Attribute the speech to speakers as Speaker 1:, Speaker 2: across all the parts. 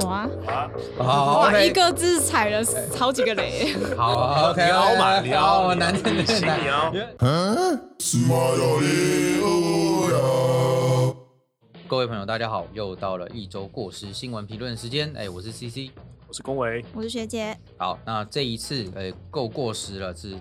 Speaker 1: 我啊，
Speaker 2: 好
Speaker 1: 哇，一个字踩了好几个雷，
Speaker 2: 好，OK，哎
Speaker 3: 撩嘛撩，
Speaker 2: 男生
Speaker 3: 你行你哦，
Speaker 2: 各位朋友，大家好，又到了一周过时新闻评论时间。哎，我是 CC。
Speaker 3: 我是龚维，
Speaker 1: 我是学姐，
Speaker 2: 好，那这一次，哎，够过时了，是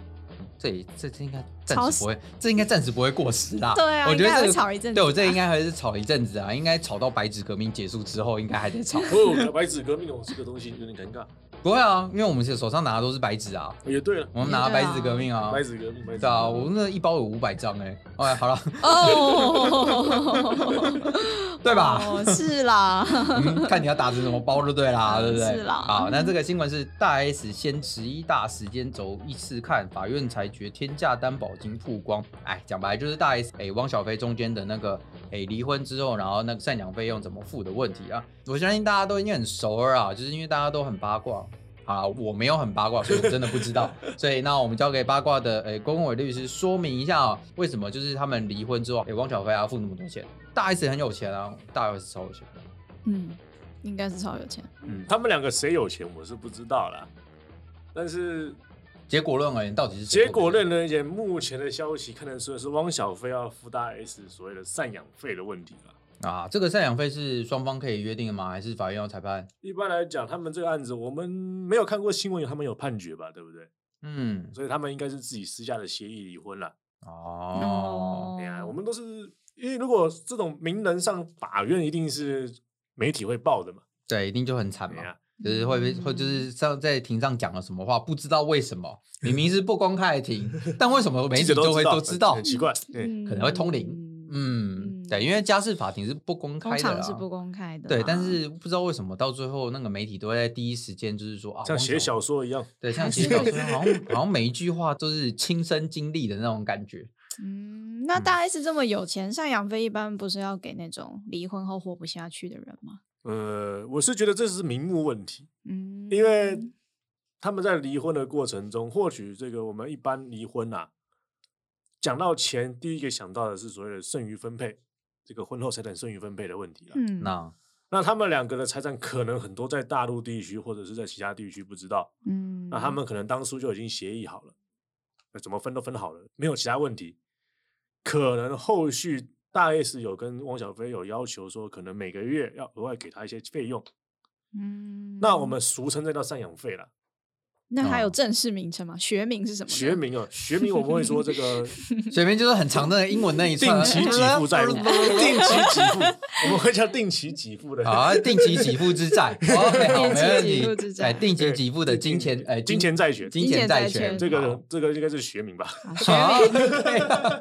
Speaker 2: 这一这这应该暂
Speaker 1: 超
Speaker 2: 时
Speaker 1: 时
Speaker 2: 不会，这应该暂时不会过时啦。
Speaker 1: 对啊
Speaker 2: 我觉
Speaker 1: 应该还
Speaker 2: 得
Speaker 1: 会
Speaker 2: 这
Speaker 1: 吵一阵子
Speaker 2: 对我
Speaker 1: 吧
Speaker 2: 这应该还是吵一阵子啊，应该吵到白纸革命结束之后，应该还在吵。
Speaker 4: 哦，白纸革命哦，这个东西有点尴尬。哦
Speaker 2: 不会啊，因为我们手上拿的都是白纸啊，
Speaker 4: 也对了，
Speaker 2: 我们拿
Speaker 1: 也
Speaker 2: 白
Speaker 1: 对
Speaker 2: 纸革命啊。
Speaker 4: 白纸革命，白纸革命。嗯
Speaker 2: 对啊，我那一包有五百张哎，哎，好 了，
Speaker 1: 哦，
Speaker 2: 对吧？
Speaker 1: 哦，是啦，
Speaker 2: 嗯看你要打成什么包就 对啦，对不对？
Speaker 1: 是啦
Speaker 2: 好，那这个新闻是大 S 先十一大时间轴依次看，法院裁决天价担保金曝光。哎，讲白了就是大 S 哎汪小菲中间的那个哎离婚之后，然后那个赡养费用怎么付的问题啊，我相信大家都应该很熟了啊，就是因为大家都很八卦。啊，我没有很八卦，所以我真的不知 道。所以那我们交给八卦的哎诶龚伟律师说明一下、哦，为什么就是他们离婚之后，诶哎汪小菲要付那么多钱？大 S 很有钱啊，大 S 超有钱。
Speaker 1: 嗯，应该是超有钱，
Speaker 3: 嗯，
Speaker 4: 他们两个谁有钱，我是不知道啦。但是
Speaker 2: 结果论而言，到底是谁
Speaker 4: 结果论而言，目前的消息看得出来是汪小菲要付大 S 所谓的赡养费的问题了。
Speaker 2: 啊？这个赡养费是双方可以约定的吗？还是法院要裁判？
Speaker 4: 一般来讲，他们这个案子我们没有看过新闻，有他们有判决吧，对不对？
Speaker 2: 嗯，
Speaker 4: 所以他们应该是自己私下的协议离婚了。
Speaker 2: 哦，
Speaker 1: 嗯
Speaker 4: 哎呀，我们都是因为如果这种名人上法院，一定是媒体会报的嘛。
Speaker 2: 对，一定就很惨
Speaker 4: 哎
Speaker 2: 嘛。
Speaker 4: 呀，
Speaker 2: 就是会被
Speaker 1: 嗯
Speaker 2: 会就是上在庭上讲了什么话，不知道为什 么，明明是不公开的庭，但为什么媒
Speaker 4: 记
Speaker 2: 体
Speaker 4: 者
Speaker 2: 就会都
Speaker 4: 都
Speaker 2: 知道
Speaker 4: 很？奇怪。对，
Speaker 1: 嗯，
Speaker 2: 可能会通灵嗯，对，因为家事法庭是不公开
Speaker 1: 通
Speaker 2: 的啦，
Speaker 1: 常是不公开的啦，啊
Speaker 2: 对，但是不知道为什么到最后那个媒体都会在第一时间就是说啊，
Speaker 4: 像
Speaker 2: 汪
Speaker 4: 写
Speaker 2: 小
Speaker 4: 小说一样。
Speaker 2: 对，像写小说，好像好像每一句话都是亲身经历的那种感觉。
Speaker 1: 嗯，那大 S 这么有钱，赡养费一般不是要给那种离婚后活不下去的人吗？
Speaker 4: 呃，我是觉得这是名目问题，
Speaker 1: 嗯，
Speaker 4: 因为他们在离婚的过程中，或许这个我们一般离婚啊，讲到钱，第一个想到的是所谓的剩余分配，这个婚后财产剩余分配的问题了。
Speaker 1: 嗯，
Speaker 2: 那
Speaker 4: 那他们两个的财产可能很多在大陆地区或者是在其他地区不知道，
Speaker 1: 嗯，
Speaker 4: 那他们可能当初就已经协议好了，那怎么分都分好了，没有其他问题。可能后续大 S 有跟汪小菲有要求说，可能每个月要额外给他一些费用，
Speaker 1: 嗯，
Speaker 4: 那我们俗称这叫赡养费了，
Speaker 1: 那还有
Speaker 2: 哦
Speaker 1: 正式名称吗？学名是什么呢？
Speaker 4: 学名啊，学名我们会说这 个
Speaker 2: 水面就是很长的英文那一
Speaker 4: 定
Speaker 2: 串，
Speaker 4: 期给付债务，定期给付，我们会叫定期给付的。
Speaker 2: 好啊，定期给付 之债哦，OK，好，没问
Speaker 1: 定期给付
Speaker 2: 题
Speaker 1: 之。债
Speaker 2: 哎，定期给付的
Speaker 4: 对
Speaker 2: 金钱，哎，
Speaker 4: 金钱债权，
Speaker 2: 金钱债权，
Speaker 4: 这
Speaker 2: 好
Speaker 4: 个这个应该是学名吧？
Speaker 1: 啊学
Speaker 2: 好
Speaker 1: 名，
Speaker 2: 对啊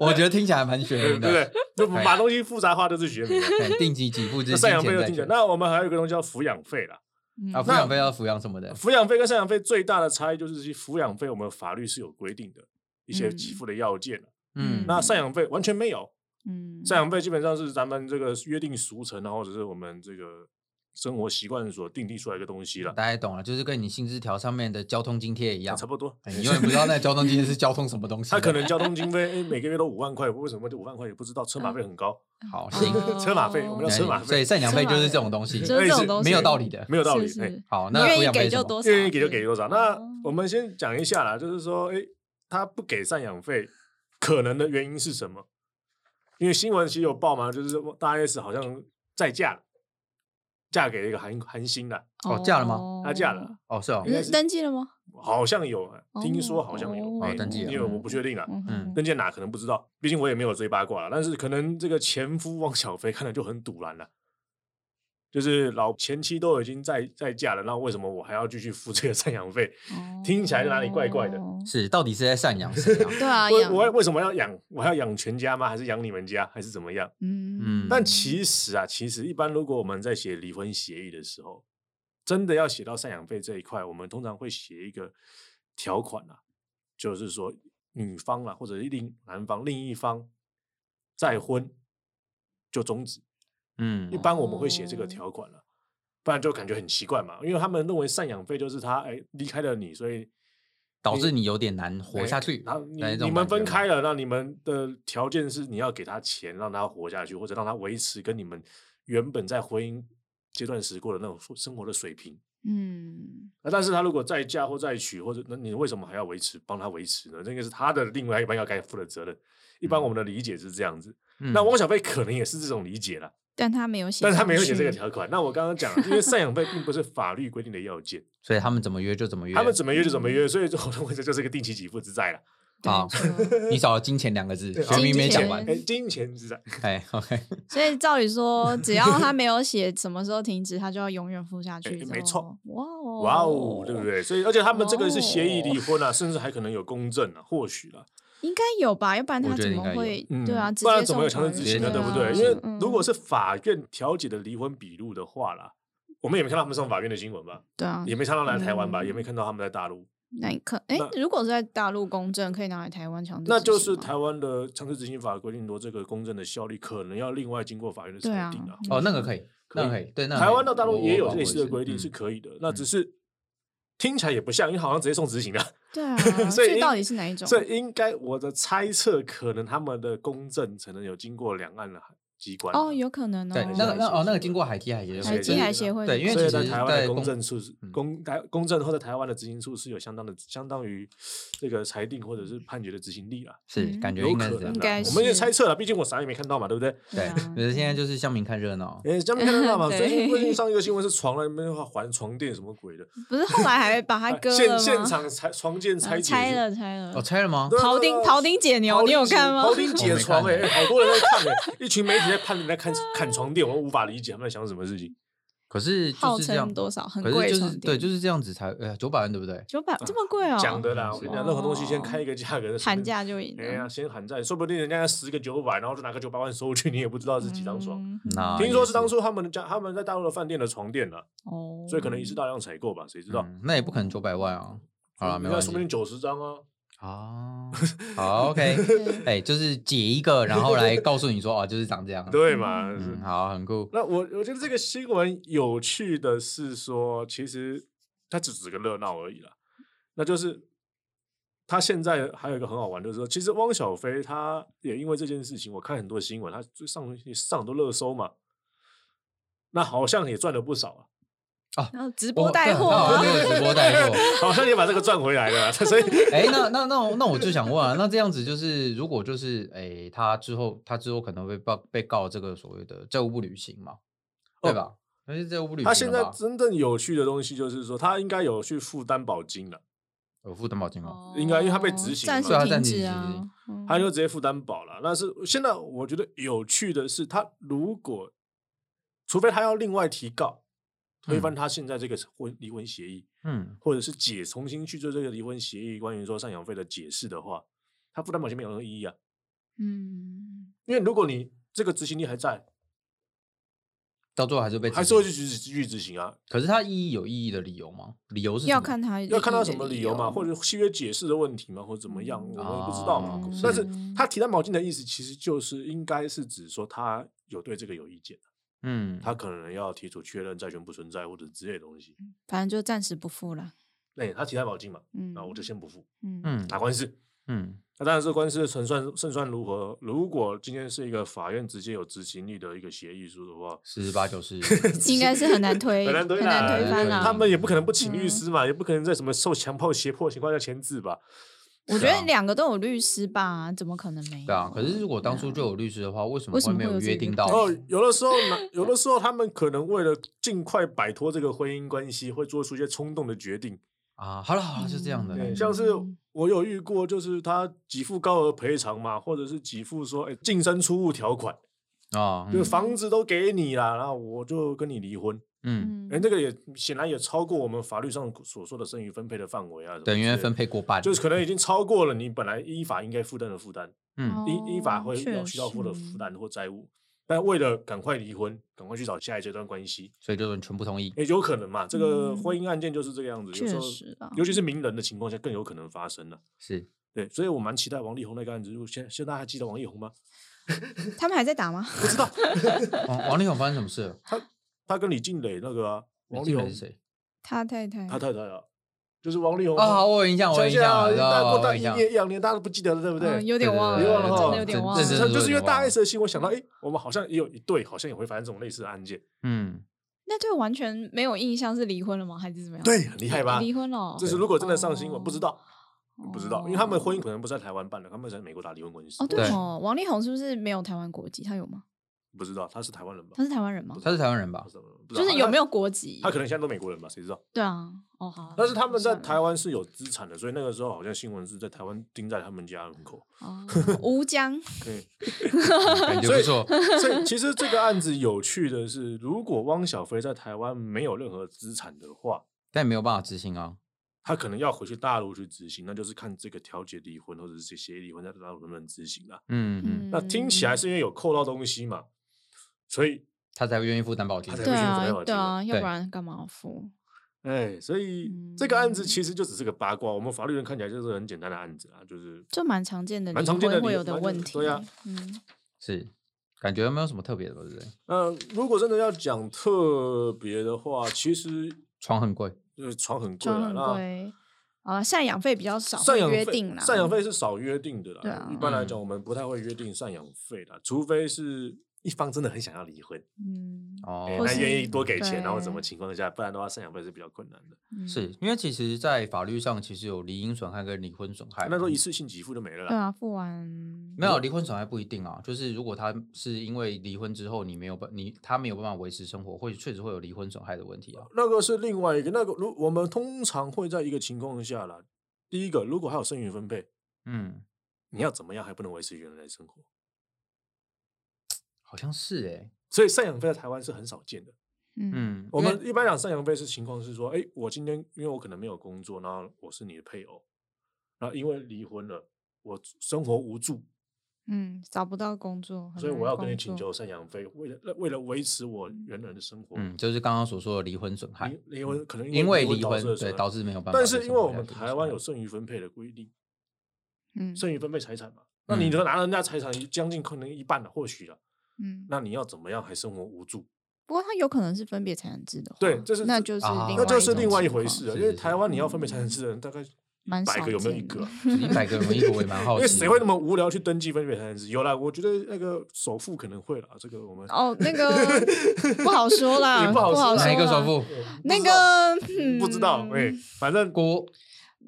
Speaker 2: 我觉得听起来还蛮学
Speaker 4: 对
Speaker 2: 名
Speaker 4: 不
Speaker 2: 的，
Speaker 4: 对？就把东西复杂化就是学名啊。
Speaker 2: 哎定期给付之
Speaker 4: 那
Speaker 2: 金
Speaker 4: 赡
Speaker 2: 钱
Speaker 4: 养费就
Speaker 2: 债
Speaker 4: 听起来，
Speaker 2: 权。
Speaker 4: 那我们还有一个东西叫抚养费啦。
Speaker 1: 嗯
Speaker 2: 啊，抚养费要抚养什么的，
Speaker 4: 抚养费跟赡养费最大的差异就是，其实抚养费我们法律是有规定的一些
Speaker 1: 嗯
Speaker 4: 给付的要件啊、
Speaker 2: 嗯，
Speaker 4: 那赡养费完全没有，
Speaker 1: 嗯，
Speaker 4: 赡养费基本上是咱们这个约定俗成啊，或者是我们这个生活习惯所定义出来一个东西了，
Speaker 2: 大家懂了，就是跟你薪资条上面的交通津贴嗯一样，
Speaker 4: 差不多。
Speaker 2: 哎你永远不知道那交通津贴是交通什 么东西的。
Speaker 4: 啊他可能交通经费，哎，每个月都五万块，为什么就五万块也不知道？车马费很高，
Speaker 2: 好
Speaker 1: 哦
Speaker 2: 行，
Speaker 4: 车马费我们要
Speaker 2: 嗯哎
Speaker 4: 车马
Speaker 2: 所以
Speaker 4: 费，
Speaker 2: 赡养费就是这种东西
Speaker 1: 就，是这种东西，
Speaker 2: 没有道理的。
Speaker 4: 没有道理。
Speaker 1: 是
Speaker 4: 哎
Speaker 1: 是
Speaker 2: 好，
Speaker 1: 你
Speaker 2: 那抚
Speaker 1: 愿意
Speaker 2: 养费
Speaker 1: 给
Speaker 2: 是什
Speaker 1: 就
Speaker 2: 么
Speaker 1: 多少，
Speaker 4: 愿意给就给多少。那
Speaker 1: 哦
Speaker 4: 我们先讲一下啦，就是说，哎，他不给赡养费，可能的原因是什么？因为新闻其实有报嘛，就是大 S 好像再嫁了，嫁给了一个韩韩星的，
Speaker 2: 哦嫁了吗
Speaker 4: 她嫁了，
Speaker 2: 哦，是哦，
Speaker 4: 应该
Speaker 1: 嗯
Speaker 4: 是
Speaker 1: 登记了吗？
Speaker 4: 好像有，听说好像有，
Speaker 1: 哦
Speaker 4: 哎
Speaker 2: 哦登记了
Speaker 4: 因为我不确定啊。
Speaker 2: 嗯
Speaker 4: 登记哪可能不知道，毕竟我也没有追八卦啦但是可能这个前夫汪小菲看了就很堵然了，就是老前妻都已经在在嫁了，那为什么我还要继续付这个赡养费？
Speaker 1: 哦
Speaker 4: 听起来哪里怪怪的
Speaker 2: 是到底是在赡养谁啊？
Speaker 1: 对啊，
Speaker 4: 我
Speaker 1: 养
Speaker 4: 我为什么要养？我还要养全家吗？还是养你们家？还是怎么样？
Speaker 1: 嗯
Speaker 2: 嗯，
Speaker 4: 但其实啊，其实一般如果我们在写离婚协议的时候，真的要写到赡养费这一块，我们通常会写一个条款啊，就是说女方啊，或者是另男方另一方再婚就终止。
Speaker 2: 嗯
Speaker 4: 一般我们会写这个
Speaker 1: 哦
Speaker 4: 条款了、不然就感觉很奇怪嘛，因为他们认为赡养费就是他哎离开了你，所以
Speaker 2: 导致你有点难活
Speaker 4: 哎
Speaker 2: 下去。
Speaker 4: 然后你
Speaker 2: 那一种
Speaker 4: 你们
Speaker 2: 感觉
Speaker 4: 分
Speaker 2: 吗
Speaker 4: 开了，那你们的条件是你要给他钱让他活下去，或者让他维持跟你们原本在婚姻阶段时过的那种生活的水平。
Speaker 1: 嗯，
Speaker 4: 那但是他如果再嫁或再娶，或者那你为什么还要维持帮他维持呢？这个是他的另外一半要该负的责任。一般
Speaker 2: 嗯
Speaker 4: 我们的理解是这样子，那汪小菲可能也是这种理解啦，
Speaker 1: 但他没有写，
Speaker 4: 但是他没有写这个，条款。那我刚刚讲了，因为赡养费并不是法律规定的要件，
Speaker 2: 所以他们怎么约就 怎么约。嗯
Speaker 4: 他们怎么约就 怎么约，所以我认为这就是一个定期给付之债了。
Speaker 1: 对啊
Speaker 2: 好
Speaker 1: 没错
Speaker 2: 你少了金钱两个字，
Speaker 4: 对
Speaker 2: 学明没讲完。
Speaker 4: 哎，金钱之债，
Speaker 2: 哎，OK，
Speaker 1: 所以照理说，只要他没有写什么时候停止，他就要永远付 下去。
Speaker 4: 哎没错，
Speaker 1: 哇哦，
Speaker 4: 哇哦，对不？对？所以而且他们这个是协议
Speaker 1: 哦
Speaker 4: 离婚啊，甚至还可能有公证啊，或许啦。
Speaker 1: 应该有吧，要不然
Speaker 2: 我
Speaker 1: 他
Speaker 2: 觉得
Speaker 1: 怎
Speaker 2: 应
Speaker 1: 么
Speaker 2: 该有
Speaker 1: 会？
Speaker 4: 嗯
Speaker 1: 对啊，直
Speaker 4: 不然
Speaker 1: 接
Speaker 4: 怎么有
Speaker 1: 送
Speaker 4: 强
Speaker 1: 法
Speaker 4: 制执
Speaker 2: 直接
Speaker 4: 行
Speaker 1: 院
Speaker 4: 呢？
Speaker 2: 送
Speaker 4: 对不
Speaker 1: 啊
Speaker 4: 对？
Speaker 2: 法
Speaker 4: 因
Speaker 2: 院
Speaker 4: 为如
Speaker 1: 嗯
Speaker 4: 果是法院调解的离婚笔录的话啦，我们也没看到他们上法院的新闻吧，
Speaker 1: 对啊
Speaker 4: 也，没看到来台湾吧，
Speaker 1: 嗯
Speaker 4: 也没看到他们在大陆，
Speaker 1: 那你可哎，如果是在大陆公证，可以拿来台湾强制执行吗，
Speaker 4: 那就是台湾的强制执行法规定说，这个公证的效力可能要另外经过法院的
Speaker 1: 对
Speaker 4: 裁
Speaker 1: 啊
Speaker 4: 定啊。
Speaker 2: 哦，那个可以，那个可以，对，那个
Speaker 4: 台
Speaker 2: 可以
Speaker 4: 湾到大陆
Speaker 2: 我
Speaker 4: 也
Speaker 2: 我
Speaker 4: 有
Speaker 2: 帮
Speaker 4: 类
Speaker 2: 我
Speaker 4: 似的
Speaker 2: 试
Speaker 4: 规定
Speaker 2: 嗯
Speaker 4: 是可以的，那只是听起来也不像，因为好像直接送执行了。
Speaker 1: 对 啊，
Speaker 4: 所以
Speaker 1: 这
Speaker 4: 应
Speaker 1: 到底是哪一种？
Speaker 4: 这应该我的猜测，可能他们的公证可能有经过两岸的机关
Speaker 1: 哦，有可能哦，
Speaker 2: 对，那个那哦，那个经过海基海协会，
Speaker 1: 海
Speaker 4: 对
Speaker 1: 基
Speaker 4: 对
Speaker 1: 海
Speaker 4: 对
Speaker 1: 协会
Speaker 2: 对因为
Speaker 4: 所以
Speaker 2: 其
Speaker 4: 在
Speaker 2: 实
Speaker 4: 台湾
Speaker 2: 在
Speaker 4: 的公
Speaker 2: 公
Speaker 4: 证处是
Speaker 2: 嗯
Speaker 4: 公台公证或者台湾的执行处是有相当的相当于这个裁定或者是判决的执行力啊，
Speaker 2: 是
Speaker 1: 嗯
Speaker 2: 感觉
Speaker 4: 有
Speaker 2: 应该
Speaker 4: 可
Speaker 2: 是这
Speaker 4: 能
Speaker 2: 样
Speaker 1: 应该
Speaker 4: 啊。
Speaker 1: 是
Speaker 4: 我们也猜测了，毕竟我啥也没看到嘛，对不对？
Speaker 1: 对
Speaker 2: 对
Speaker 1: 啊，
Speaker 2: 可是现在就是乡民看热闹，
Speaker 4: 哎，这样没看 到嘛。
Speaker 1: 对
Speaker 4: 最近最近上一个新闻是床了，没办法还床垫什么鬼的，
Speaker 1: 不是后来 还把它
Speaker 4: 哎
Speaker 1: 割了
Speaker 4: 现
Speaker 1: 吗
Speaker 4: 现场拆床 垫
Speaker 1: 啊
Speaker 4: 拆解
Speaker 1: 拆了拆了
Speaker 2: 哦，，拆了吗
Speaker 4: 啊对？
Speaker 1: 庖
Speaker 4: 对
Speaker 1: 丁
Speaker 4: 对
Speaker 1: 庖丁解牛，你有看吗
Speaker 4: 庖？丁解床哎、
Speaker 2: 哦我没看
Speaker 4: 哎好多人在看哎、 一群媒体在判人在看砍床垫，我无法理解他们在想什么事情。
Speaker 2: 可是
Speaker 1: 号
Speaker 2: 就是这样
Speaker 1: 称，多少很
Speaker 2: 可
Speaker 1: 贵的
Speaker 2: 是就
Speaker 1: 床
Speaker 2: 是
Speaker 1: 垫，嗯
Speaker 2: 对，就是这样子才呃九百万对不对？
Speaker 1: 九百这么贵哦，
Speaker 4: 啊讲的啦，
Speaker 2: 啊
Speaker 4: 我跟你讲，任何东西先开一个价格，
Speaker 1: 喊。价就赢
Speaker 4: 哎呀，
Speaker 1: 了，
Speaker 4: 先喊价，说不定人家十个九百，然后就拿个九百万收去，你也不知道是几张床。
Speaker 1: 嗯
Speaker 2: 那
Speaker 4: 听说是当
Speaker 2: 啊也
Speaker 4: 初他们的家，他们在大陆的饭店的床垫了，
Speaker 1: 哦，
Speaker 4: 所以可能一次大量采购吧，谁知道？
Speaker 2: 嗯那也不可能九百万啊。好了，没
Speaker 4: 人家
Speaker 2: 关
Speaker 4: 嗯说不定
Speaker 2: 系。
Speaker 4: 九十张啊。
Speaker 2: 啊，好，OK，
Speaker 1: 对
Speaker 2: 哎，就是解一个，然后来告诉你说，哦，就是长这样。
Speaker 4: 对嘛？是
Speaker 2: 嗯，好，很酷。
Speaker 4: 那我我觉得这个新闻有趣的是说，其实它只是个热闹而已啦。那就是他现在还有一个很好玩，就是说，其实汪小菲他也因为这件事情，我看很多新闻，他最上上都热搜嘛，那好像也赚了不少啊，
Speaker 1: 然后直
Speaker 2: 我
Speaker 1: 播带货
Speaker 2: 对
Speaker 1: 啊
Speaker 2: 好，像有直播带货。
Speaker 4: 好像也把这个赚回来了啊，所以
Speaker 2: 哎、那那那我那我就想问啊，那这样子就是，如果就是哎、他之后他之后可能会被被告这个所谓的债务不履行嘛，对
Speaker 4: 哦
Speaker 2: 吧？那是债务不履行了吧，
Speaker 4: 他现在真正有趣的东西就是说，他应该有去负担保金了，
Speaker 2: 有付担保金
Speaker 1: 哦
Speaker 2: 吗？
Speaker 4: 应该因为他被执行
Speaker 1: 暂时
Speaker 4: 嘛
Speaker 2: 对啊
Speaker 1: 停
Speaker 2: 暂时
Speaker 1: 止
Speaker 2: 停
Speaker 1: 啊，嗯
Speaker 4: 他就直接负担保了。那是现在我觉得有趣的是，他如果除非他要另外提告，推翻他现在这个婚离婚协议，
Speaker 2: 嗯，
Speaker 4: 或者是解重新去做这个离婚协议关于说赡养费的解释的话，他负担保金没有任何意义啊。
Speaker 1: 嗯，
Speaker 4: 因为如果你这个执行力还在，
Speaker 2: 到最后还是被执
Speaker 4: 还是会
Speaker 2: 行
Speaker 4: 去继续继续执行啊。
Speaker 2: 可是他意义有意义的理由吗？理由是什
Speaker 1: 要
Speaker 2: 么
Speaker 1: 看他
Speaker 4: 要看
Speaker 1: 他
Speaker 4: 他什么理由嘛，或者契约解释的问题嘛，或者怎么样，我们也不知道嘛。
Speaker 1: 哦
Speaker 4: 但是
Speaker 1: 嗯
Speaker 4: 他提担保金的意思，其实就是应该是指说他有对这个有意见。
Speaker 2: 嗯，
Speaker 4: 他可能要提出确认债权不存在或者之类的东西。
Speaker 1: 反正就暂时不付了，
Speaker 4: 那、他提担保金嘛，
Speaker 1: 嗯，
Speaker 4: 那我就先不付，
Speaker 1: 嗯
Speaker 2: 嗯
Speaker 4: 打官司。
Speaker 2: 嗯
Speaker 4: 那当然，这官司的胜算胜算如何？如果今天是一个法院直接有执行力的一个协议书的话，
Speaker 2: 十八 九十
Speaker 1: 应该是很难推，
Speaker 4: 很难推啦
Speaker 1: 推翻啦。嗯
Speaker 4: 他们也不可能不请律师嘛，也不可能在什么受强迫胁迫情况下签字吧？
Speaker 1: 我
Speaker 2: 是
Speaker 1: 觉
Speaker 2: 啊
Speaker 1: 得两个都有律师吧，怎么可能没有？
Speaker 2: 对啊。可是如果当初就
Speaker 1: 有，
Speaker 2: 有律师的话，为什么
Speaker 1: 为什
Speaker 2: 会
Speaker 1: 么
Speaker 2: 没
Speaker 1: 会有这
Speaker 2: 约
Speaker 1: 个
Speaker 2: 定
Speaker 1: 规
Speaker 2: 到？
Speaker 1: 定
Speaker 4: 哦，有的时候呢，有的时候他们可能为了尽快摆脱这个婚姻关系，会做出一些冲动的决定。
Speaker 2: 啊，好了好了，就这样的。
Speaker 4: 对，
Speaker 1: 嗯
Speaker 4: 像是我有遇过，就是他给付高额赔偿嘛，或者是给付说，哎，净身出户条款，
Speaker 2: 啊，
Speaker 1: 嗯
Speaker 4: 就是房子都给你啦，然后我就跟你离婚。
Speaker 1: 嗯，
Speaker 2: 嗯，
Speaker 4: 哎，这个也显然也超过我们法律上所说的剩余分配的范围啊，什么
Speaker 2: 等
Speaker 4: 之
Speaker 2: 于
Speaker 4: 类的
Speaker 2: 分，配过半，
Speaker 4: 就是可能已经超过了你本来依法应该负担的负担，
Speaker 2: 嗯
Speaker 4: 依依法
Speaker 1: 哦
Speaker 4: 会要需要负的负，担或债务。但为了赶快离婚，赶快去找下一阶段关系，
Speaker 2: 所以就是全部同意。
Speaker 4: 也有可能嘛？这个
Speaker 1: 嗯
Speaker 4: 婚姻案件就是这个样子，有
Speaker 1: 确
Speaker 4: 时候
Speaker 1: 实啊，
Speaker 4: 尤其是名人的情况下更有可能发生了。
Speaker 2: 是，
Speaker 4: 对，所以我蛮期待王力宏那个案子。如果现现在大家还记得王力宏吗？
Speaker 1: 他们还在打吗？
Speaker 4: 不知道，
Speaker 2: 王王力宏发生什么事了？
Speaker 4: 他跟李静蕾那个、啊、王
Speaker 2: 金
Speaker 4: 力
Speaker 2: 磊
Speaker 4: 宏
Speaker 2: 是，谁？
Speaker 1: 他太太，
Speaker 4: 他太太啊，就是王力宏
Speaker 2: 啊，好，我有印象，我
Speaker 4: 想
Speaker 2: 有
Speaker 4: 一
Speaker 2: 印
Speaker 4: 下
Speaker 2: 象，
Speaker 4: 啊，
Speaker 2: 我知
Speaker 4: 大
Speaker 2: 道
Speaker 4: 概过大
Speaker 2: 我有
Speaker 4: 一
Speaker 2: 印象
Speaker 4: 年一两年，大家都不记得了，对不对？
Speaker 1: 嗯有点忘了，
Speaker 2: 对对对
Speaker 4: 对
Speaker 1: 真的有
Speaker 2: 对
Speaker 1: 点忘
Speaker 2: 对
Speaker 4: 是
Speaker 2: 对
Speaker 1: 了。
Speaker 4: 他
Speaker 2: 真
Speaker 4: 就
Speaker 2: 的
Speaker 4: 是因为
Speaker 2: 有
Speaker 4: 大
Speaker 2: 忘了
Speaker 4: S 的新闻想到，哎，我们好像也有一对，好像也会发生这种类似的案件。
Speaker 2: 嗯，
Speaker 1: 那对完全没有印象是离婚了吗？还是怎么样？
Speaker 4: 对，，很厉害吧？
Speaker 1: 离婚了哦，
Speaker 4: 就是如果真的上新闻，不知道，不知道，因为他们婚
Speaker 1: 姻
Speaker 4: 姻可能不是在台湾办的，他们在美国打离婚官司。
Speaker 1: 哦，对
Speaker 2: 对
Speaker 1: 哦，王力宏是不是没有台湾国籍？他有吗？
Speaker 4: 不知道他是台湾人吧
Speaker 1: 他？是台湾人吗？
Speaker 2: 他是台 湾人吧
Speaker 4: 不？知道不知
Speaker 1: 就
Speaker 4: 道
Speaker 1: 是有没有国籍？
Speaker 4: 他可能现在都美国人吧？谁知道？
Speaker 1: 对啊，哦好，
Speaker 4: 但是他们在
Speaker 1: 算了
Speaker 4: 台湾是有资产的，所以那个时候好像新闻是在台湾盯在他们家门口。
Speaker 1: 哦吴江，
Speaker 4: 对，
Speaker 2: 嗯感觉不错。
Speaker 4: 所以其实这个案子有趣的是，如果汪小菲在台湾没有任何资产的话，
Speaker 2: 但没有办法执行啊。
Speaker 4: 他可能要回去大陆去执行，那就是看这个调解离婚或者是协议离婚在大陆能不能执行啊。
Speaker 2: 嗯嗯，
Speaker 4: 那听起来
Speaker 1: 嗯
Speaker 4: 是因为有扣到东西嘛，所以
Speaker 2: 他才会愿意付担保金
Speaker 4: 他。才
Speaker 1: 对
Speaker 4: 必须
Speaker 1: 啊
Speaker 4: 回到
Speaker 1: 对啊，要
Speaker 2: 对
Speaker 1: 不然干嘛要付？
Speaker 4: 哎，所以这个案
Speaker 1: 嗯
Speaker 4: 子其实就只是个八卦，我们法律人看起来就是很简单的案子啊，就是
Speaker 1: 就蛮常见的，
Speaker 4: 蛮常见的
Speaker 1: 会
Speaker 4: 离
Speaker 1: 有的
Speaker 4: 蛮
Speaker 1: 问
Speaker 4: 常
Speaker 1: 题。
Speaker 4: 对啊
Speaker 1: 嗯，
Speaker 2: 是，感觉没有什么特别的吧，对不对？
Speaker 4: 呃，如果真的要讲特别的话，其实
Speaker 2: 床很贵，
Speaker 4: 呃床很贵
Speaker 1: 装
Speaker 4: 啊，
Speaker 1: 很
Speaker 4: 那
Speaker 1: 贵啊，赡养费比较少，
Speaker 4: 赡养
Speaker 1: 会
Speaker 4: 费
Speaker 1: 约定啦，嗯
Speaker 4: 赡养费是少约定的啦。
Speaker 1: 对啊
Speaker 4: 一般来讲，我们不太会约定赡养费的，除非是一方真的很想要离婚，
Speaker 1: 嗯，
Speaker 2: 哦
Speaker 4: 哎，
Speaker 1: 或
Speaker 4: 那
Speaker 1: 是
Speaker 4: 愿意多给钱，然后什么
Speaker 1: 对
Speaker 4: 情况下，不然的话赡养费是比较困难的。
Speaker 1: 嗯
Speaker 2: 是因为其实，在法律上其实有离婚损害跟离婚损害嘛。
Speaker 4: 那时候一次性给付就没了
Speaker 1: 对
Speaker 4: 啦。
Speaker 1: 啊，付完
Speaker 2: 没有离婚损害不一定啊，就是如果他是因为离婚之后你没有办你他没有办法维持生活，或许确实会有离婚损害的问题啊。
Speaker 4: 呃那个是另外一个，那个如我们通常会在一个情况下啦，第一个如果还有剩余分配，
Speaker 2: 嗯，
Speaker 4: 你要怎么样还不能维持原来的生活，
Speaker 2: 好像是哎、
Speaker 4: 所以赡养费在台湾是很少见的。
Speaker 1: 嗯
Speaker 2: 嗯，
Speaker 4: 我
Speaker 2: 因为
Speaker 4: 们一般讲赡养费是情况是说，哎，我今天因为我可能没有工作，然后我是你的配偶，然后因为离婚了，我生活无助，
Speaker 1: 嗯，找不到工作，很
Speaker 4: 所以
Speaker 1: 难
Speaker 4: 我要跟你
Speaker 1: 哦工
Speaker 4: 请
Speaker 1: 作
Speaker 4: 求。赡养费，为了为了维持我原来的生活。
Speaker 2: 嗯，就是刚刚所说的离婚损害
Speaker 4: 离，离婚可能
Speaker 2: 因为离
Speaker 4: 婚
Speaker 2: 婚
Speaker 4: 导致的
Speaker 2: 对
Speaker 4: 损害
Speaker 2: 导致没有办法维
Speaker 4: 但
Speaker 2: 持
Speaker 4: 是
Speaker 2: 生活下去。
Speaker 4: 因为我们台湾有剩余分配的规定，
Speaker 1: 嗯
Speaker 4: 剩余分配财产嘛，那你
Speaker 2: 嗯
Speaker 4: 都拿人家财产一将近可能一半了，或许了，
Speaker 1: 嗯，
Speaker 4: 那你要怎么样还生活无助？
Speaker 1: 不过他有可能是分别财产制的话，
Speaker 4: 对这是
Speaker 1: 那
Speaker 4: 这
Speaker 1: 就是
Speaker 2: 啊
Speaker 1: 另
Speaker 4: 那就
Speaker 1: 一
Speaker 4: 是
Speaker 1: 种
Speaker 4: 另外一
Speaker 1: 情
Speaker 4: 回
Speaker 1: 况
Speaker 4: 事了，啊
Speaker 2: 是
Speaker 4: 因为
Speaker 2: 是
Speaker 4: 台
Speaker 2: 是
Speaker 4: 湾你要分配财产制的人大概
Speaker 1: 蛮
Speaker 4: 百
Speaker 1: 少
Speaker 4: 个有没有一
Speaker 1: 见
Speaker 4: 个
Speaker 1: 的
Speaker 4: 啊？
Speaker 2: 一百个人一个，我也 蛮好
Speaker 4: 因
Speaker 2: 奇
Speaker 4: 为
Speaker 2: 的。啊
Speaker 4: 谁会那么无聊去登记分别财产制？有啦，我觉得那个首付可能会啦，这个我
Speaker 2: 啊
Speaker 4: 们
Speaker 1: 哦，那 个不好说啦，
Speaker 4: 也不好说
Speaker 1: 说
Speaker 4: 啦
Speaker 2: 哪一个
Speaker 1: 啦
Speaker 2: 首付？
Speaker 1: 那个
Speaker 4: 不知道，
Speaker 1: 嗯
Speaker 4: 哎，反正
Speaker 2: 郭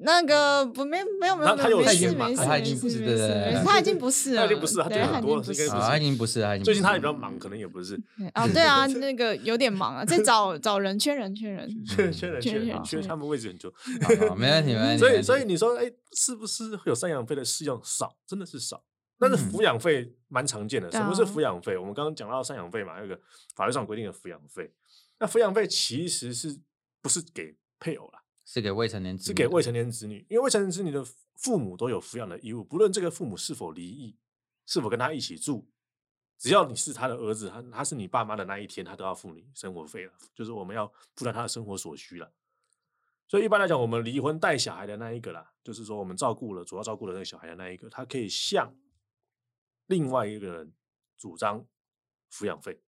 Speaker 1: 那个不没没有没有
Speaker 4: 那
Speaker 1: 没
Speaker 4: 他有
Speaker 1: 有没
Speaker 4: 钱
Speaker 1: 事
Speaker 4: 嘛
Speaker 1: 没事
Speaker 2: 他已
Speaker 1: 没
Speaker 2: 经
Speaker 1: 事
Speaker 2: 不是
Speaker 1: 没
Speaker 2: 对
Speaker 1: 事
Speaker 2: 对
Speaker 1: 没
Speaker 2: 对
Speaker 1: 事他已经不是
Speaker 4: 他
Speaker 1: 了，
Speaker 4: 已经不是他
Speaker 1: 对
Speaker 4: 退很
Speaker 1: 他已
Speaker 4: 多
Speaker 1: 经
Speaker 4: 了
Speaker 1: 不
Speaker 4: 是应该
Speaker 2: 啊，他已经不是，他已经
Speaker 4: 最
Speaker 2: 不
Speaker 4: 近
Speaker 2: 是
Speaker 4: 他也比较忙，可能也不是
Speaker 2: 嗯
Speaker 1: 对哦，对啊，那个有点忙啊，在找找人缺人缺人，
Speaker 4: 缺缺人
Speaker 1: 缺
Speaker 4: 缺人
Speaker 1: 人嗯
Speaker 4: 缺
Speaker 1: 缺
Speaker 4: 他们位置很多，
Speaker 2: 好好没问题，没问 题。
Speaker 4: 所
Speaker 2: 没
Speaker 4: 以
Speaker 2: 问
Speaker 4: 所以
Speaker 2: 题
Speaker 4: 你说，哎，是不是有赡养费的适用少？真的是少。但是
Speaker 2: 嗯
Speaker 4: 抚养费蛮常见的，
Speaker 1: 对
Speaker 4: 什
Speaker 1: 啊
Speaker 4: 么是抚养费？我们刚刚讲到赡养费嘛，那个法律上规定的抚养费。那抚养费其实是不是给配偶啦？
Speaker 2: 是给未成年子
Speaker 4: 是
Speaker 2: 女
Speaker 4: 给
Speaker 2: 的，
Speaker 4: 未成年子女，因为未成年子女的父母都有抚养的义务，不论这个父母是否离异，是否跟他一起住，只要你是他的儿子，他他是你爸妈的那一天，他都要付你生活费了，就是我们要负担他的生活所需了。所以一般来讲，我们离婚带小孩的那一个啦，就是说我们照顾了主要照顾了那个小孩的那一个，他可以向另外一个人主张抚养费。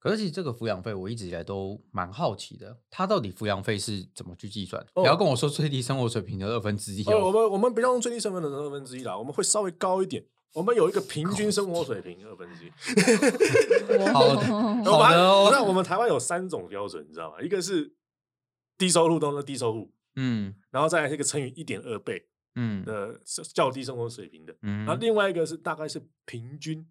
Speaker 2: 可是其实这个抚养费我一直以来都蛮好奇的，他到底抚养费是怎么去计算？
Speaker 4: 哦
Speaker 2: 不要跟我说最低生活水平的二分之一
Speaker 4: 呃，我
Speaker 2: 哦。
Speaker 4: 们我们不要用最低身份的二分之一啦，我们会稍微高一点，我们有一个平均生活水平二分之一。
Speaker 2: 好的
Speaker 1: 哦
Speaker 2: 好的哦
Speaker 4: 我们那我们台湾有三种标准，你知道吗？一个是低收入中的低收入，
Speaker 2: 嗯
Speaker 4: 然后再来是一个乘以一点二倍
Speaker 2: 嗯
Speaker 4: 的是较低生活水平的，然
Speaker 2: 嗯
Speaker 4: 后另外一个是大概是平均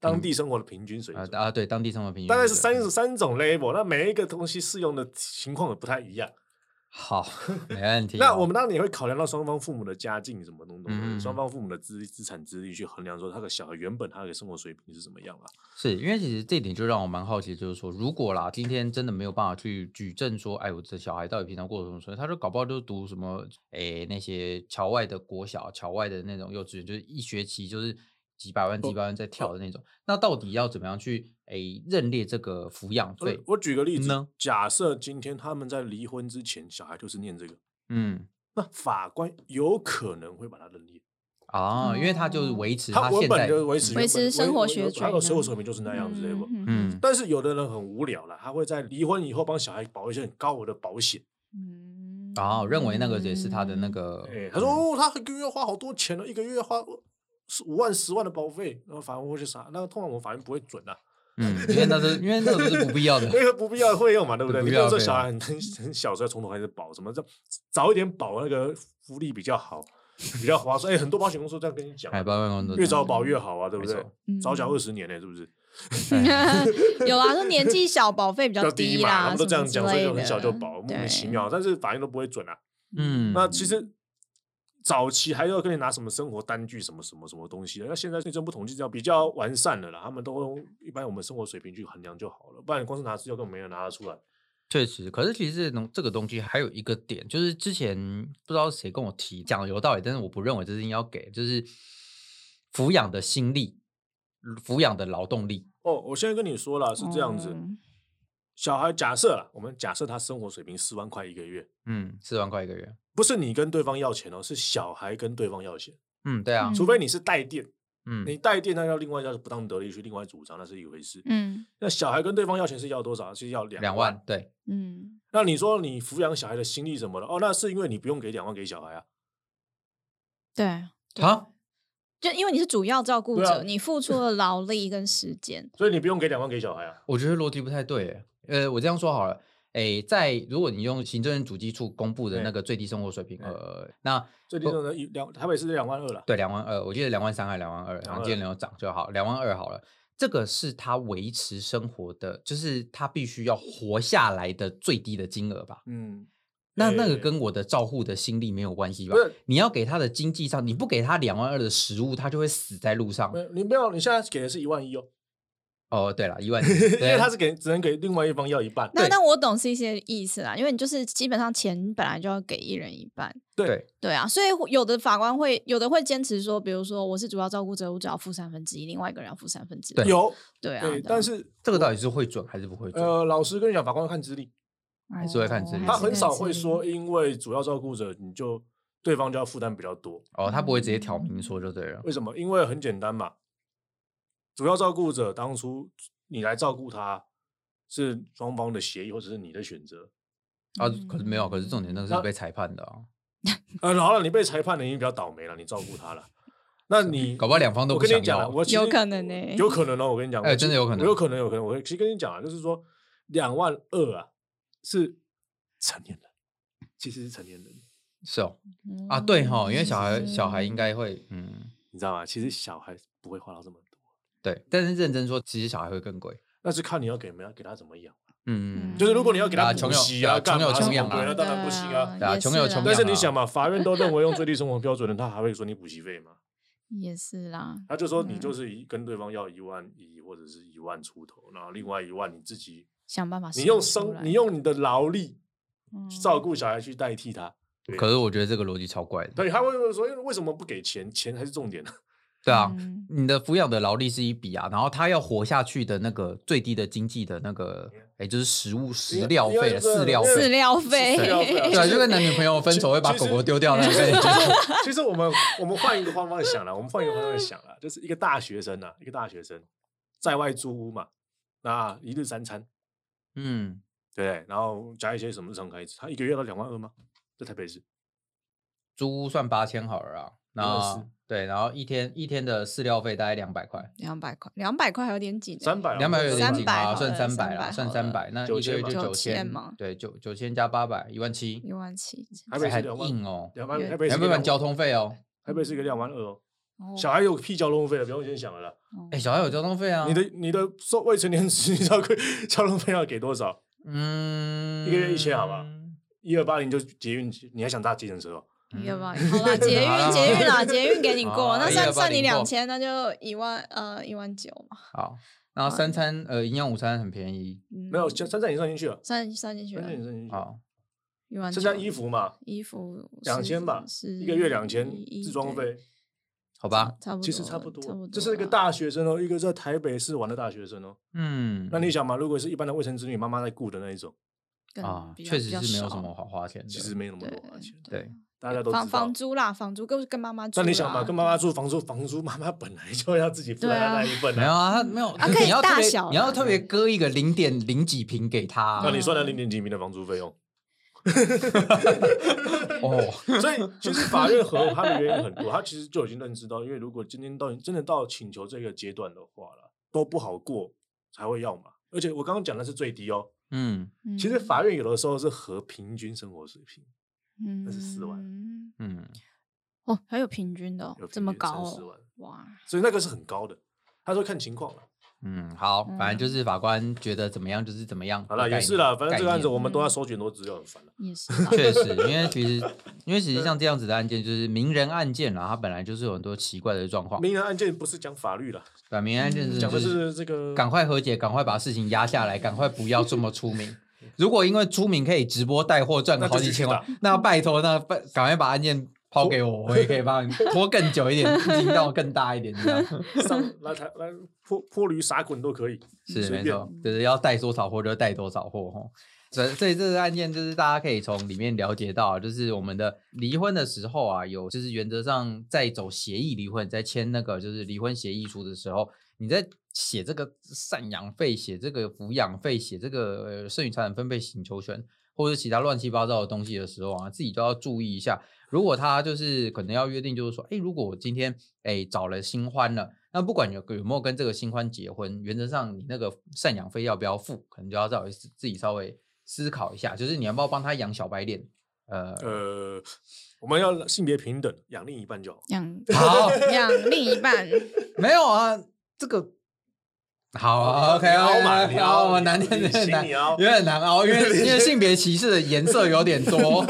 Speaker 4: 当地生活的平均水
Speaker 2: 啊
Speaker 4: 准，
Speaker 2: 啊，对，当地生嗯活平均
Speaker 4: 大概是
Speaker 2: 水
Speaker 4: 三
Speaker 2: 平
Speaker 4: 十三种 level，那每一个东西适用的情况也不太一样。
Speaker 2: 好，没问题。哦
Speaker 4: 那我们当然也会考量到双方父母的家境什么东东的，
Speaker 2: 嗯
Speaker 4: 双方父母的资资产资历去衡量说他的小孩原本他的生活水平是怎么样啊？
Speaker 2: 是因为其实这一点就让我蛮好奇，就是说，如果啦，今天真的没有办法去举证说，哎，我这小孩到底平常过什么生活，他就搞不好就读什么，哎，那些侨外的国小、侨外的那种幼稚园，就是一学期就是几百
Speaker 4: 哦
Speaker 2: 万、几百万在跳的那种。那到底要怎么样去，哎，认列这个抚养
Speaker 4: 我
Speaker 2: 费？
Speaker 4: 呃我举个例子
Speaker 2: 嗯呢，
Speaker 4: 假设今天他们在离婚之前，小孩就是念这个，
Speaker 2: 嗯，
Speaker 4: 那法官有可能会把他认定，
Speaker 2: 啊，因为他就是
Speaker 1: 哦
Speaker 2: 维持
Speaker 4: 他
Speaker 2: 现
Speaker 4: 文
Speaker 2: 在
Speaker 4: 本就维持
Speaker 2: 嗯
Speaker 4: 原
Speaker 1: 维
Speaker 4: 本
Speaker 1: 持生活水
Speaker 4: 他的
Speaker 1: 准
Speaker 4: 生活
Speaker 1: 呢
Speaker 4: 水平就是那样子 level。
Speaker 2: 嗯
Speaker 4: 但是有的人很无聊了，他会在离婚以后帮小孩保一些很高额的保险。
Speaker 1: 嗯
Speaker 2: 然后啊认为那个也是他的那
Speaker 1: 嗯
Speaker 2: 个，
Speaker 4: 哎、他说、
Speaker 2: 嗯
Speaker 4: 哦，他一个月花好多钱了， 一个月花五万十万的保费，然后法官会去查，那通常我们法院不会准的、啊。
Speaker 2: 嗯，因为那是因为那个是不必要的。
Speaker 4: 那个不必要的费用嘛，对不对？
Speaker 2: 不
Speaker 4: 你
Speaker 2: 必
Speaker 4: 不
Speaker 2: 要
Speaker 4: 能说
Speaker 2: 费
Speaker 4: 小
Speaker 2: 用
Speaker 4: 孩很很 很小时候从头开始保，什么这早一点保那个福利比较好，比较划算。哎，很多保险公司这样跟你讲啊，
Speaker 2: 海报 办公
Speaker 4: 越早保越好啊，对不
Speaker 2: 嗯没
Speaker 4: 对
Speaker 2: 错？
Speaker 4: 早缴
Speaker 1: 嗯
Speaker 4: 二十年呢，是不是？
Speaker 1: 有啦，说年纪小保费比
Speaker 4: 比
Speaker 1: 较
Speaker 4: 低嘛，
Speaker 1: 啦，
Speaker 4: 他们都这样
Speaker 1: 什
Speaker 4: 讲，
Speaker 1: 么之
Speaker 4: 所以
Speaker 1: 类
Speaker 4: 就很小就
Speaker 1: 的
Speaker 4: 保，莫名
Speaker 1: 对
Speaker 4: 其妙。但是法院都不会准啊。
Speaker 2: 嗯，
Speaker 4: 那其实早期还要跟你拿什么生活单据什么什么什么东西的，那现在内政部统计资料比较完善了啦，他们都用一般我们生活水平去衡量就好了，不然光是拿资料根本没人拿得出来。
Speaker 2: 确实，可是其实这种这个东西还有一个点，就是之前不知道谁跟我提讲的有道理，但是我不认为这是应该要给，就是抚养的心力，嗯抚养的劳动力。
Speaker 4: 哦，我现在跟你说了是这样子，
Speaker 1: 哦
Speaker 4: 小孩假设啦，我们假设他生活水平四万块一个月，
Speaker 2: 嗯，四万块一个月。
Speaker 4: 不是你跟对方要钱哦，是小孩跟对方要钱，
Speaker 2: 嗯，对啊，
Speaker 4: 除非你是带电，
Speaker 2: 嗯，
Speaker 4: 你带电那要另外要不当得利去另外主张，那是一回事。
Speaker 1: 嗯
Speaker 4: 那小孩跟对方要钱是要多少？是要两
Speaker 2: 两万，对，
Speaker 1: 嗯，
Speaker 4: 那你说你抚养小孩的心力什么的，哦，那是因为你不用给两万给小孩啊。
Speaker 1: 对，对
Speaker 2: 啊，
Speaker 1: 就因为你是主要照顾
Speaker 4: 对啊
Speaker 1: 者，你付出了劳力跟时间，
Speaker 4: 所以你不用给两万给小孩啊。
Speaker 2: 我觉得逻辑不太对耶。呃，我这样说好了，诶，在如果你用行政院主计处公布的那
Speaker 4: 对
Speaker 2: 个最低生活水平，
Speaker 4: 对
Speaker 2: 呃，那
Speaker 4: 最低的一两台北市两万二了，
Speaker 2: 对两万二，我记得两万三还是两万二，
Speaker 4: 两
Speaker 2: 然后
Speaker 4: 万
Speaker 2: 今
Speaker 4: 二
Speaker 2: 天有涨就好，两万二好了。这个是他维持生活的，就是他必须要活下来的最低的金额吧？
Speaker 4: 嗯，
Speaker 2: 那那个
Speaker 4: 诶
Speaker 2: 跟我的照护的心力没有关系吧
Speaker 4: 不是？
Speaker 2: 你要给他的经济上，你不给他两万二的食物，他就会死在路上
Speaker 4: 没。有你没有，你现在给的是一万一哦，
Speaker 2: 哦，对了，一 万，
Speaker 4: 因为
Speaker 2: 对啊
Speaker 4: 他是给只能给另外一方要一半。
Speaker 1: 那
Speaker 2: 对
Speaker 1: 但我懂是一些意思啦，因为你就是基本上钱本来就要给一人一半，
Speaker 2: 对
Speaker 1: 对啊，所以有的法官会有的会坚持说，比如说我是主要照顾者，我只要付三分之一，另外一个人要付三分之一。
Speaker 2: 对
Speaker 4: 有
Speaker 1: 对啊，
Speaker 4: 对，
Speaker 1: 啊
Speaker 4: 但是
Speaker 2: 这个到底是会准还是不会准？
Speaker 4: 呃，老师跟你讲，法官要看资历，
Speaker 2: 还是会看资历
Speaker 1: 哦
Speaker 4: 他
Speaker 1: 还是
Speaker 4: 很
Speaker 1: 看
Speaker 4: 少
Speaker 1: 资
Speaker 4: 会
Speaker 1: 历
Speaker 4: 说，因为主要照顾者你就对方就要负担比较多。
Speaker 2: 哦，他不会直接挑明说就对了。
Speaker 4: 为什么？因为很简单嘛，主要照顾者当初你来照顾他是双方的协议或者是你的选择，
Speaker 2: 啊，
Speaker 1: 嗯
Speaker 2: 可是没有，可是重点那是
Speaker 4: 那
Speaker 2: 被裁判的啊，
Speaker 4: 呃，好了，你被裁判了，你比较倒霉了，你照顾他了。那你
Speaker 2: 搞不好两方都
Speaker 4: 我
Speaker 2: 不
Speaker 4: 跟
Speaker 2: 想
Speaker 4: 你讲啊，
Speaker 2: 要
Speaker 4: 我其
Speaker 1: 有
Speaker 4: 实
Speaker 1: 可能欸
Speaker 4: 有可能哦。我跟你讲，
Speaker 2: 哎
Speaker 4: 我其
Speaker 2: 真的有可能
Speaker 4: 有可能，有可能。我其实跟你讲啊，就是说两万二啊，是成年人，其实是成年人，
Speaker 2: 是哦，
Speaker 1: 嗯
Speaker 2: 啊，对哈，因为小孩小孩应该会，嗯，
Speaker 4: 你知道吗？其实小孩不会花到这么多，
Speaker 2: 对，但是认真说，其实小孩会更贵，
Speaker 4: 那是看你要给没有给他怎么养。
Speaker 2: 嗯，
Speaker 4: 就是如果你要给他
Speaker 2: 啊
Speaker 4: 补
Speaker 2: 穷有
Speaker 4: 习
Speaker 2: 对啊
Speaker 4: 干
Speaker 2: 穷有
Speaker 4: 嘛什
Speaker 2: 穷
Speaker 4: 么
Speaker 2: 养
Speaker 4: 鬼
Speaker 2: 啊
Speaker 4: 那当然不行啊。
Speaker 2: 对啊
Speaker 1: 也
Speaker 2: 穷有
Speaker 1: 啦
Speaker 2: 穷
Speaker 4: 但是
Speaker 2: 养
Speaker 4: 你
Speaker 2: 啊
Speaker 4: 想嘛，法院都认为用最低生活标准，他还会说你补习费吗？
Speaker 1: 也是啦，
Speaker 4: 他就说你就
Speaker 1: 嗯
Speaker 4: 是一跟对方要一万一或者是一万出头，然后另外一万你自己
Speaker 1: 想办法
Speaker 4: 你
Speaker 1: 生
Speaker 4: 用
Speaker 1: 出
Speaker 4: 生
Speaker 1: 来。
Speaker 4: 你用你的劳力去照
Speaker 1: 嗯
Speaker 4: 顾小孩去代替他。对
Speaker 2: 可是我觉得这个逻辑超怪的，
Speaker 4: 对，他会说哎为什么不给钱？钱才是重点呢、
Speaker 2: 对啊，
Speaker 1: 嗯
Speaker 2: 你的抚养的劳力是一笔啊，然后他要活下去的那个最低的经济的那个，哎，就是食物
Speaker 4: 因
Speaker 2: 食
Speaker 4: 为
Speaker 2: 料
Speaker 4: 因为
Speaker 2: 费啊、
Speaker 4: 这个
Speaker 2: 饲料
Speaker 4: 因为
Speaker 1: 饲
Speaker 2: 费，
Speaker 1: 料
Speaker 4: 饲料费啊
Speaker 1: 费，
Speaker 2: 对啊，就跟男女朋友分手会把
Speaker 4: 其
Speaker 2: 狗
Speaker 4: 实
Speaker 2: 狗丢掉那种
Speaker 4: 其
Speaker 2: 感觉，
Speaker 4: 实 其实我们我们换一个方向想了，我们换一个方向想了，就是一个大学生啊，一个大学生在外租屋嘛，那一日三餐，
Speaker 2: 嗯，
Speaker 4: 对不对？然后加一些什么日常开支，他一个月到两万二吗？在台北市，
Speaker 2: 租屋算八千好了啊，然后
Speaker 4: 24
Speaker 2: 对，然后一天一天的饲料费大概两百块。
Speaker 1: 两百块，两百块还有点紧欸，
Speaker 4: 300啊
Speaker 2: 两百有点紧
Speaker 1: 300
Speaker 2: 啊，
Speaker 1: 好
Speaker 2: 算
Speaker 1: 了
Speaker 2: 三百
Speaker 1: 300
Speaker 2: 啦，
Speaker 1: 好
Speaker 2: 算
Speaker 1: 了
Speaker 2: 三百，那一个
Speaker 4: 9000
Speaker 2: 月就
Speaker 4: 嘛
Speaker 2: 九
Speaker 1: 9000
Speaker 2: 千
Speaker 1: 嘛
Speaker 2: 对，九九千加八百，一万七
Speaker 1: 一，万七，
Speaker 4: 台北
Speaker 2: 还
Speaker 4: 市两
Speaker 2: 很
Speaker 4: 万，
Speaker 2: 硬哦，
Speaker 4: 两万，
Speaker 1: 也
Speaker 4: 台北
Speaker 2: 还
Speaker 4: 市
Speaker 2: 没
Speaker 4: 一个
Speaker 2: 完
Speaker 4: 两
Speaker 2: 交，通费哦。
Speaker 4: 台北市一个两万二哦，
Speaker 1: 哦
Speaker 4: 小孩有屁交通费了，不用先想了啦。
Speaker 1: 哦
Speaker 2: 哎，小孩有交通费啊，
Speaker 4: 你的你的受未成年子女交规交通费要给多少？
Speaker 2: 嗯，
Speaker 4: 一个月1000好吧一二八零就捷运，你还想搭计程车哦？
Speaker 1: 一个
Speaker 2: 嗯
Speaker 1: 吧，好啦，捷
Speaker 2: 好啦
Speaker 1: 运捷运啦，捷运给你
Speaker 2: 好
Speaker 1: 过，
Speaker 4: 啊
Speaker 1: 那
Speaker 2: 一个
Speaker 1: 算
Speaker 2: 吧
Speaker 1: 算你
Speaker 2: 你过
Speaker 1: 两千，那就一万呃一万九嘛，
Speaker 2: 好，然后
Speaker 1: 好
Speaker 2: 三餐呃营养午餐很便宜，
Speaker 1: 没
Speaker 4: 没有，三三站已经算进去了，
Speaker 1: 算算进去
Speaker 4: 三
Speaker 1: 了
Speaker 4: 站已，经算进去了。
Speaker 2: 好，
Speaker 1: 一万
Speaker 4: 剩
Speaker 1: 九。
Speaker 4: 下衣服嘛，
Speaker 1: 衣服
Speaker 4: 2000吧
Speaker 1: 是
Speaker 4: 一个月两千，自装，
Speaker 1: 对
Speaker 4: 费
Speaker 2: 好吧，
Speaker 1: 差不多，
Speaker 4: 其实差不
Speaker 1: 不
Speaker 4: 多
Speaker 1: 差不多，
Speaker 4: 这是一个
Speaker 1: 啦，
Speaker 4: 大学生哦，一个在台北市玩的大学生哦。
Speaker 2: 嗯，
Speaker 4: 那你想嘛，如果是一般的未成年子女，妈妈在顾的那一种，
Speaker 1: 更
Speaker 2: 啊，
Speaker 1: 嗯比较
Speaker 2: 确实
Speaker 1: 比较
Speaker 2: 是没有
Speaker 1: 少
Speaker 2: 什么好花钱的，
Speaker 4: 其实没那么多
Speaker 1: 对
Speaker 4: 花钱，
Speaker 2: 对，
Speaker 4: 大家都
Speaker 1: 房
Speaker 4: 知道
Speaker 1: 房。租啦，房租跟跟妈妈住啦，
Speaker 4: 那你想嘛，跟妈妈住房租，房租妈妈本来就要自己负担
Speaker 1: 对啊
Speaker 4: 那一份
Speaker 2: 没有
Speaker 4: 啊。
Speaker 2: 啊，他没有，
Speaker 1: 啊
Speaker 2: 你
Speaker 1: 可以
Speaker 2: 要特
Speaker 1: 大
Speaker 2: 别
Speaker 1: 小
Speaker 2: 你要
Speaker 1: 啦
Speaker 2: 特别割一个零点零几平给他啊
Speaker 4: 那你
Speaker 1: 嗯
Speaker 4: 算了零点几名的房租费用，
Speaker 2: 哦，
Speaker 4: 所以其实法院和他的原因很多，他其实就已经认知到，因为如果今天到真的到请求这个阶段的话了，都不好过才会要嘛。而且我刚刚讲的是最低哦，
Speaker 2: 嗯
Speaker 4: 其实法院有的时候是和平均生活水平，
Speaker 1: 院
Speaker 4: 那是四万
Speaker 1: 万，
Speaker 2: 嗯，
Speaker 1: 哦，还有平均的哦
Speaker 4: 有，
Speaker 1: 这么
Speaker 4: 平均
Speaker 1: 高
Speaker 4: 三十
Speaker 1: 哦，
Speaker 4: 万，
Speaker 1: 哇，
Speaker 4: 所以那个是很高的。他说看情况了，
Speaker 2: 嗯，好，反正就是法官觉得怎么样就是怎么样。
Speaker 4: 好了
Speaker 2: 的
Speaker 4: 也
Speaker 2: 概
Speaker 4: 是
Speaker 2: 念
Speaker 4: 啦，反正这个案子我们都要
Speaker 1: 嗯
Speaker 4: 收集很多资料，很烦了。
Speaker 1: 也是啦
Speaker 2: 概念确实，因为其 实因为其实像这样子的案件，就是名人案件啦，它本来就是有很多奇怪的状况。
Speaker 4: 名人案件不是讲法律了，
Speaker 2: 对，啊名人案件
Speaker 1: 嗯
Speaker 2: 是
Speaker 4: 讲的
Speaker 2: 就是
Speaker 4: 是这个
Speaker 2: 赶快和解，赶快把事情压下来，赶快不要这么出名。如果因为出名可以直播带货赚个好几千万
Speaker 4: 那，
Speaker 2: 那拜托，那拜赶快把案件抛给我，我也可以帮你拖更久一点，进到更大一点。这样
Speaker 4: 上来台来泼泼驴撒滚都可以，
Speaker 2: 是
Speaker 4: 随
Speaker 2: 没
Speaker 4: 便。
Speaker 2: 错，就是要带多少货就带多少货吼。所以所以这个案件就是大家可以从里面了解到，就是我们的离婚的时候啊，有就是原则上在走协议离婚，在签那个就是离婚协议书的时候，你在写这个赡养费、写这个抚养费、写这个呃剩余财产分配请求权，或者其他乱七八糟的东西的时候啊，自己都要注意一下。如果他就是可能要约定，就是说，哎，如果我今天哎找了新欢了，那不管有有没有跟这个新欢结婚，原则上你那个赡养费要不要付，可能就要稍微自自己稍微思考一下，就是你要不要帮他养小白脸？呃，
Speaker 4: 呃，我们要性别平等，养另一半就好。
Speaker 1: 养
Speaker 2: 好，
Speaker 1: 养另一半，
Speaker 2: 没有啊，这个好，OK，哦
Speaker 4: 凹
Speaker 2: 好
Speaker 4: 嘛哦你凹
Speaker 2: 好，我们难
Speaker 4: 你
Speaker 2: 点
Speaker 4: 你
Speaker 2: 很
Speaker 4: 行
Speaker 2: 难，
Speaker 4: 你凹
Speaker 2: 有点难 熬，因为因为性别歧视的颜色有点多，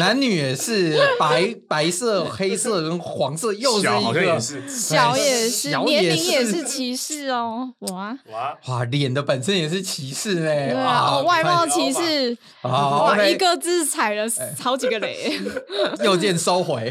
Speaker 2: 男女也是白白色、黑色跟黄色， 又是
Speaker 4: 小
Speaker 2: 一
Speaker 4: 好像也
Speaker 2: 个。
Speaker 4: 是
Speaker 1: 小也是，
Speaker 2: 小
Speaker 1: 年
Speaker 2: 也
Speaker 1: 龄也
Speaker 2: 是
Speaker 1: 是歧视哦， 哇，
Speaker 4: 哇，
Speaker 2: 哇，脸的本身也是歧视呢、
Speaker 1: 对
Speaker 2: 哇
Speaker 1: 啊，哦外貌
Speaker 4: 看
Speaker 1: 歧视，
Speaker 2: 好
Speaker 1: 哇，
Speaker 2: ，OK 哎
Speaker 1: 一个字踩了好几个 雷，
Speaker 2: 右键收回，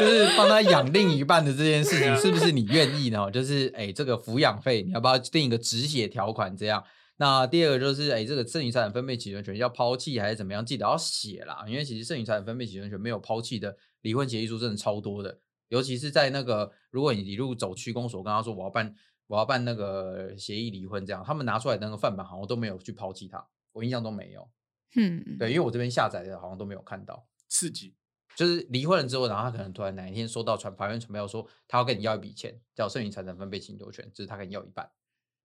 Speaker 2: 就是帮他养另一半的这件事情，是不是你愿意呢？就是哎、这个抚养费你要不要定一个止血条款这样？那第二个就是哎、这个剩余财产分配请求权要抛弃还是怎么样？记得要写啦，因为其实剩余财产分配请求权没有抛弃的离婚协议书真的超多的，尤其是在那个如果你一路走区公所，跟他说我要办我要办那个协议离婚这样，他们拿出来的那个范本好像都没有去抛弃它，我印象中没有。
Speaker 1: 嗯，
Speaker 2: 对，因为我这边下载的好像都没有看到。
Speaker 4: 刺激
Speaker 2: 就是离婚了之后，然后他可能突然哪一天收到传法院传票说他要跟你要一笔钱，叫剩余财产分配请求权，就是他跟你要一半，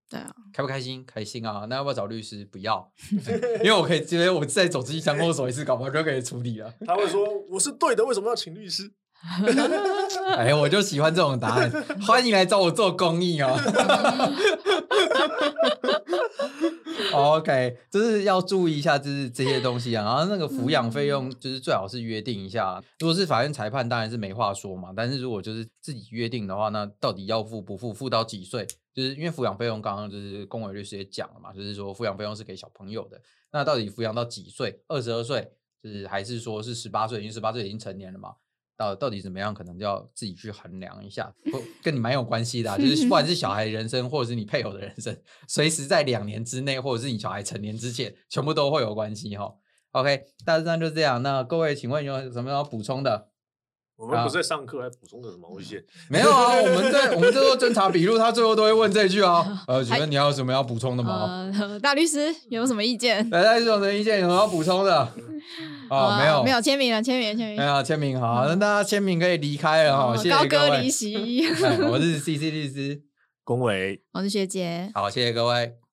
Speaker 1: 对啊，
Speaker 2: 开不开心？开心啊！那要不要找律师？不要， 因为我可以直接我再走自己相公所一次，搞不好就可以处理了。
Speaker 4: 他会说我是对的，为什么要请律师？
Speaker 2: 哎，我就喜欢这种答案，欢迎来找我做公益哦。OK，就是哦要注意一下，就是这些东西啊。然后那个抚养费用，就是最好是约定一下。如果是法院裁判，当然是没话说嘛。但是如果就是自己约定的话，那到底要付不付，付到几岁？就是因为抚养费用，刚刚就是公委律师也讲了嘛，就是说抚养费用是给小朋友的。那到底抚养到几岁？二十二岁，就是还是说是十八岁？因为十八岁已经成年了嘛。到到底怎么样，可能就要自己去衡量一下，不跟你蛮有关系的、啊，就是不管是小孩的人生，或者是你配偶的人生， 随时在两年之内，或者是你小孩成年之前，全部都会有关系哈。OK，大致上就这样。那各位，请问有什么要补充的？
Speaker 4: 我们
Speaker 2: 啊
Speaker 4: 不是在上课，还补充的什么危险？
Speaker 2: 没有啊，我们在我们在做侦查笔录，他最后都会问这句 啊。呃，请问你还有什么要补充的吗？
Speaker 1: 呃，大律师有什么意见？
Speaker 2: 来，大家有什么意见？有什么要补充 的？哦，
Speaker 1: 啊
Speaker 2: 没有，
Speaker 1: 没有签名了，签名了签名
Speaker 2: 没
Speaker 1: 了，
Speaker 2: 有哎签名好，那大家签名可以离开了
Speaker 1: 嗯
Speaker 2: 哈。
Speaker 1: 哦
Speaker 2: 谢
Speaker 1: 高
Speaker 2: 谢各
Speaker 1: 歌
Speaker 2: 位
Speaker 1: 离。席，
Speaker 2: 哎我是 C C 律师。
Speaker 4: 恭维。
Speaker 1: 我是学姐，
Speaker 2: 好，谢谢各位。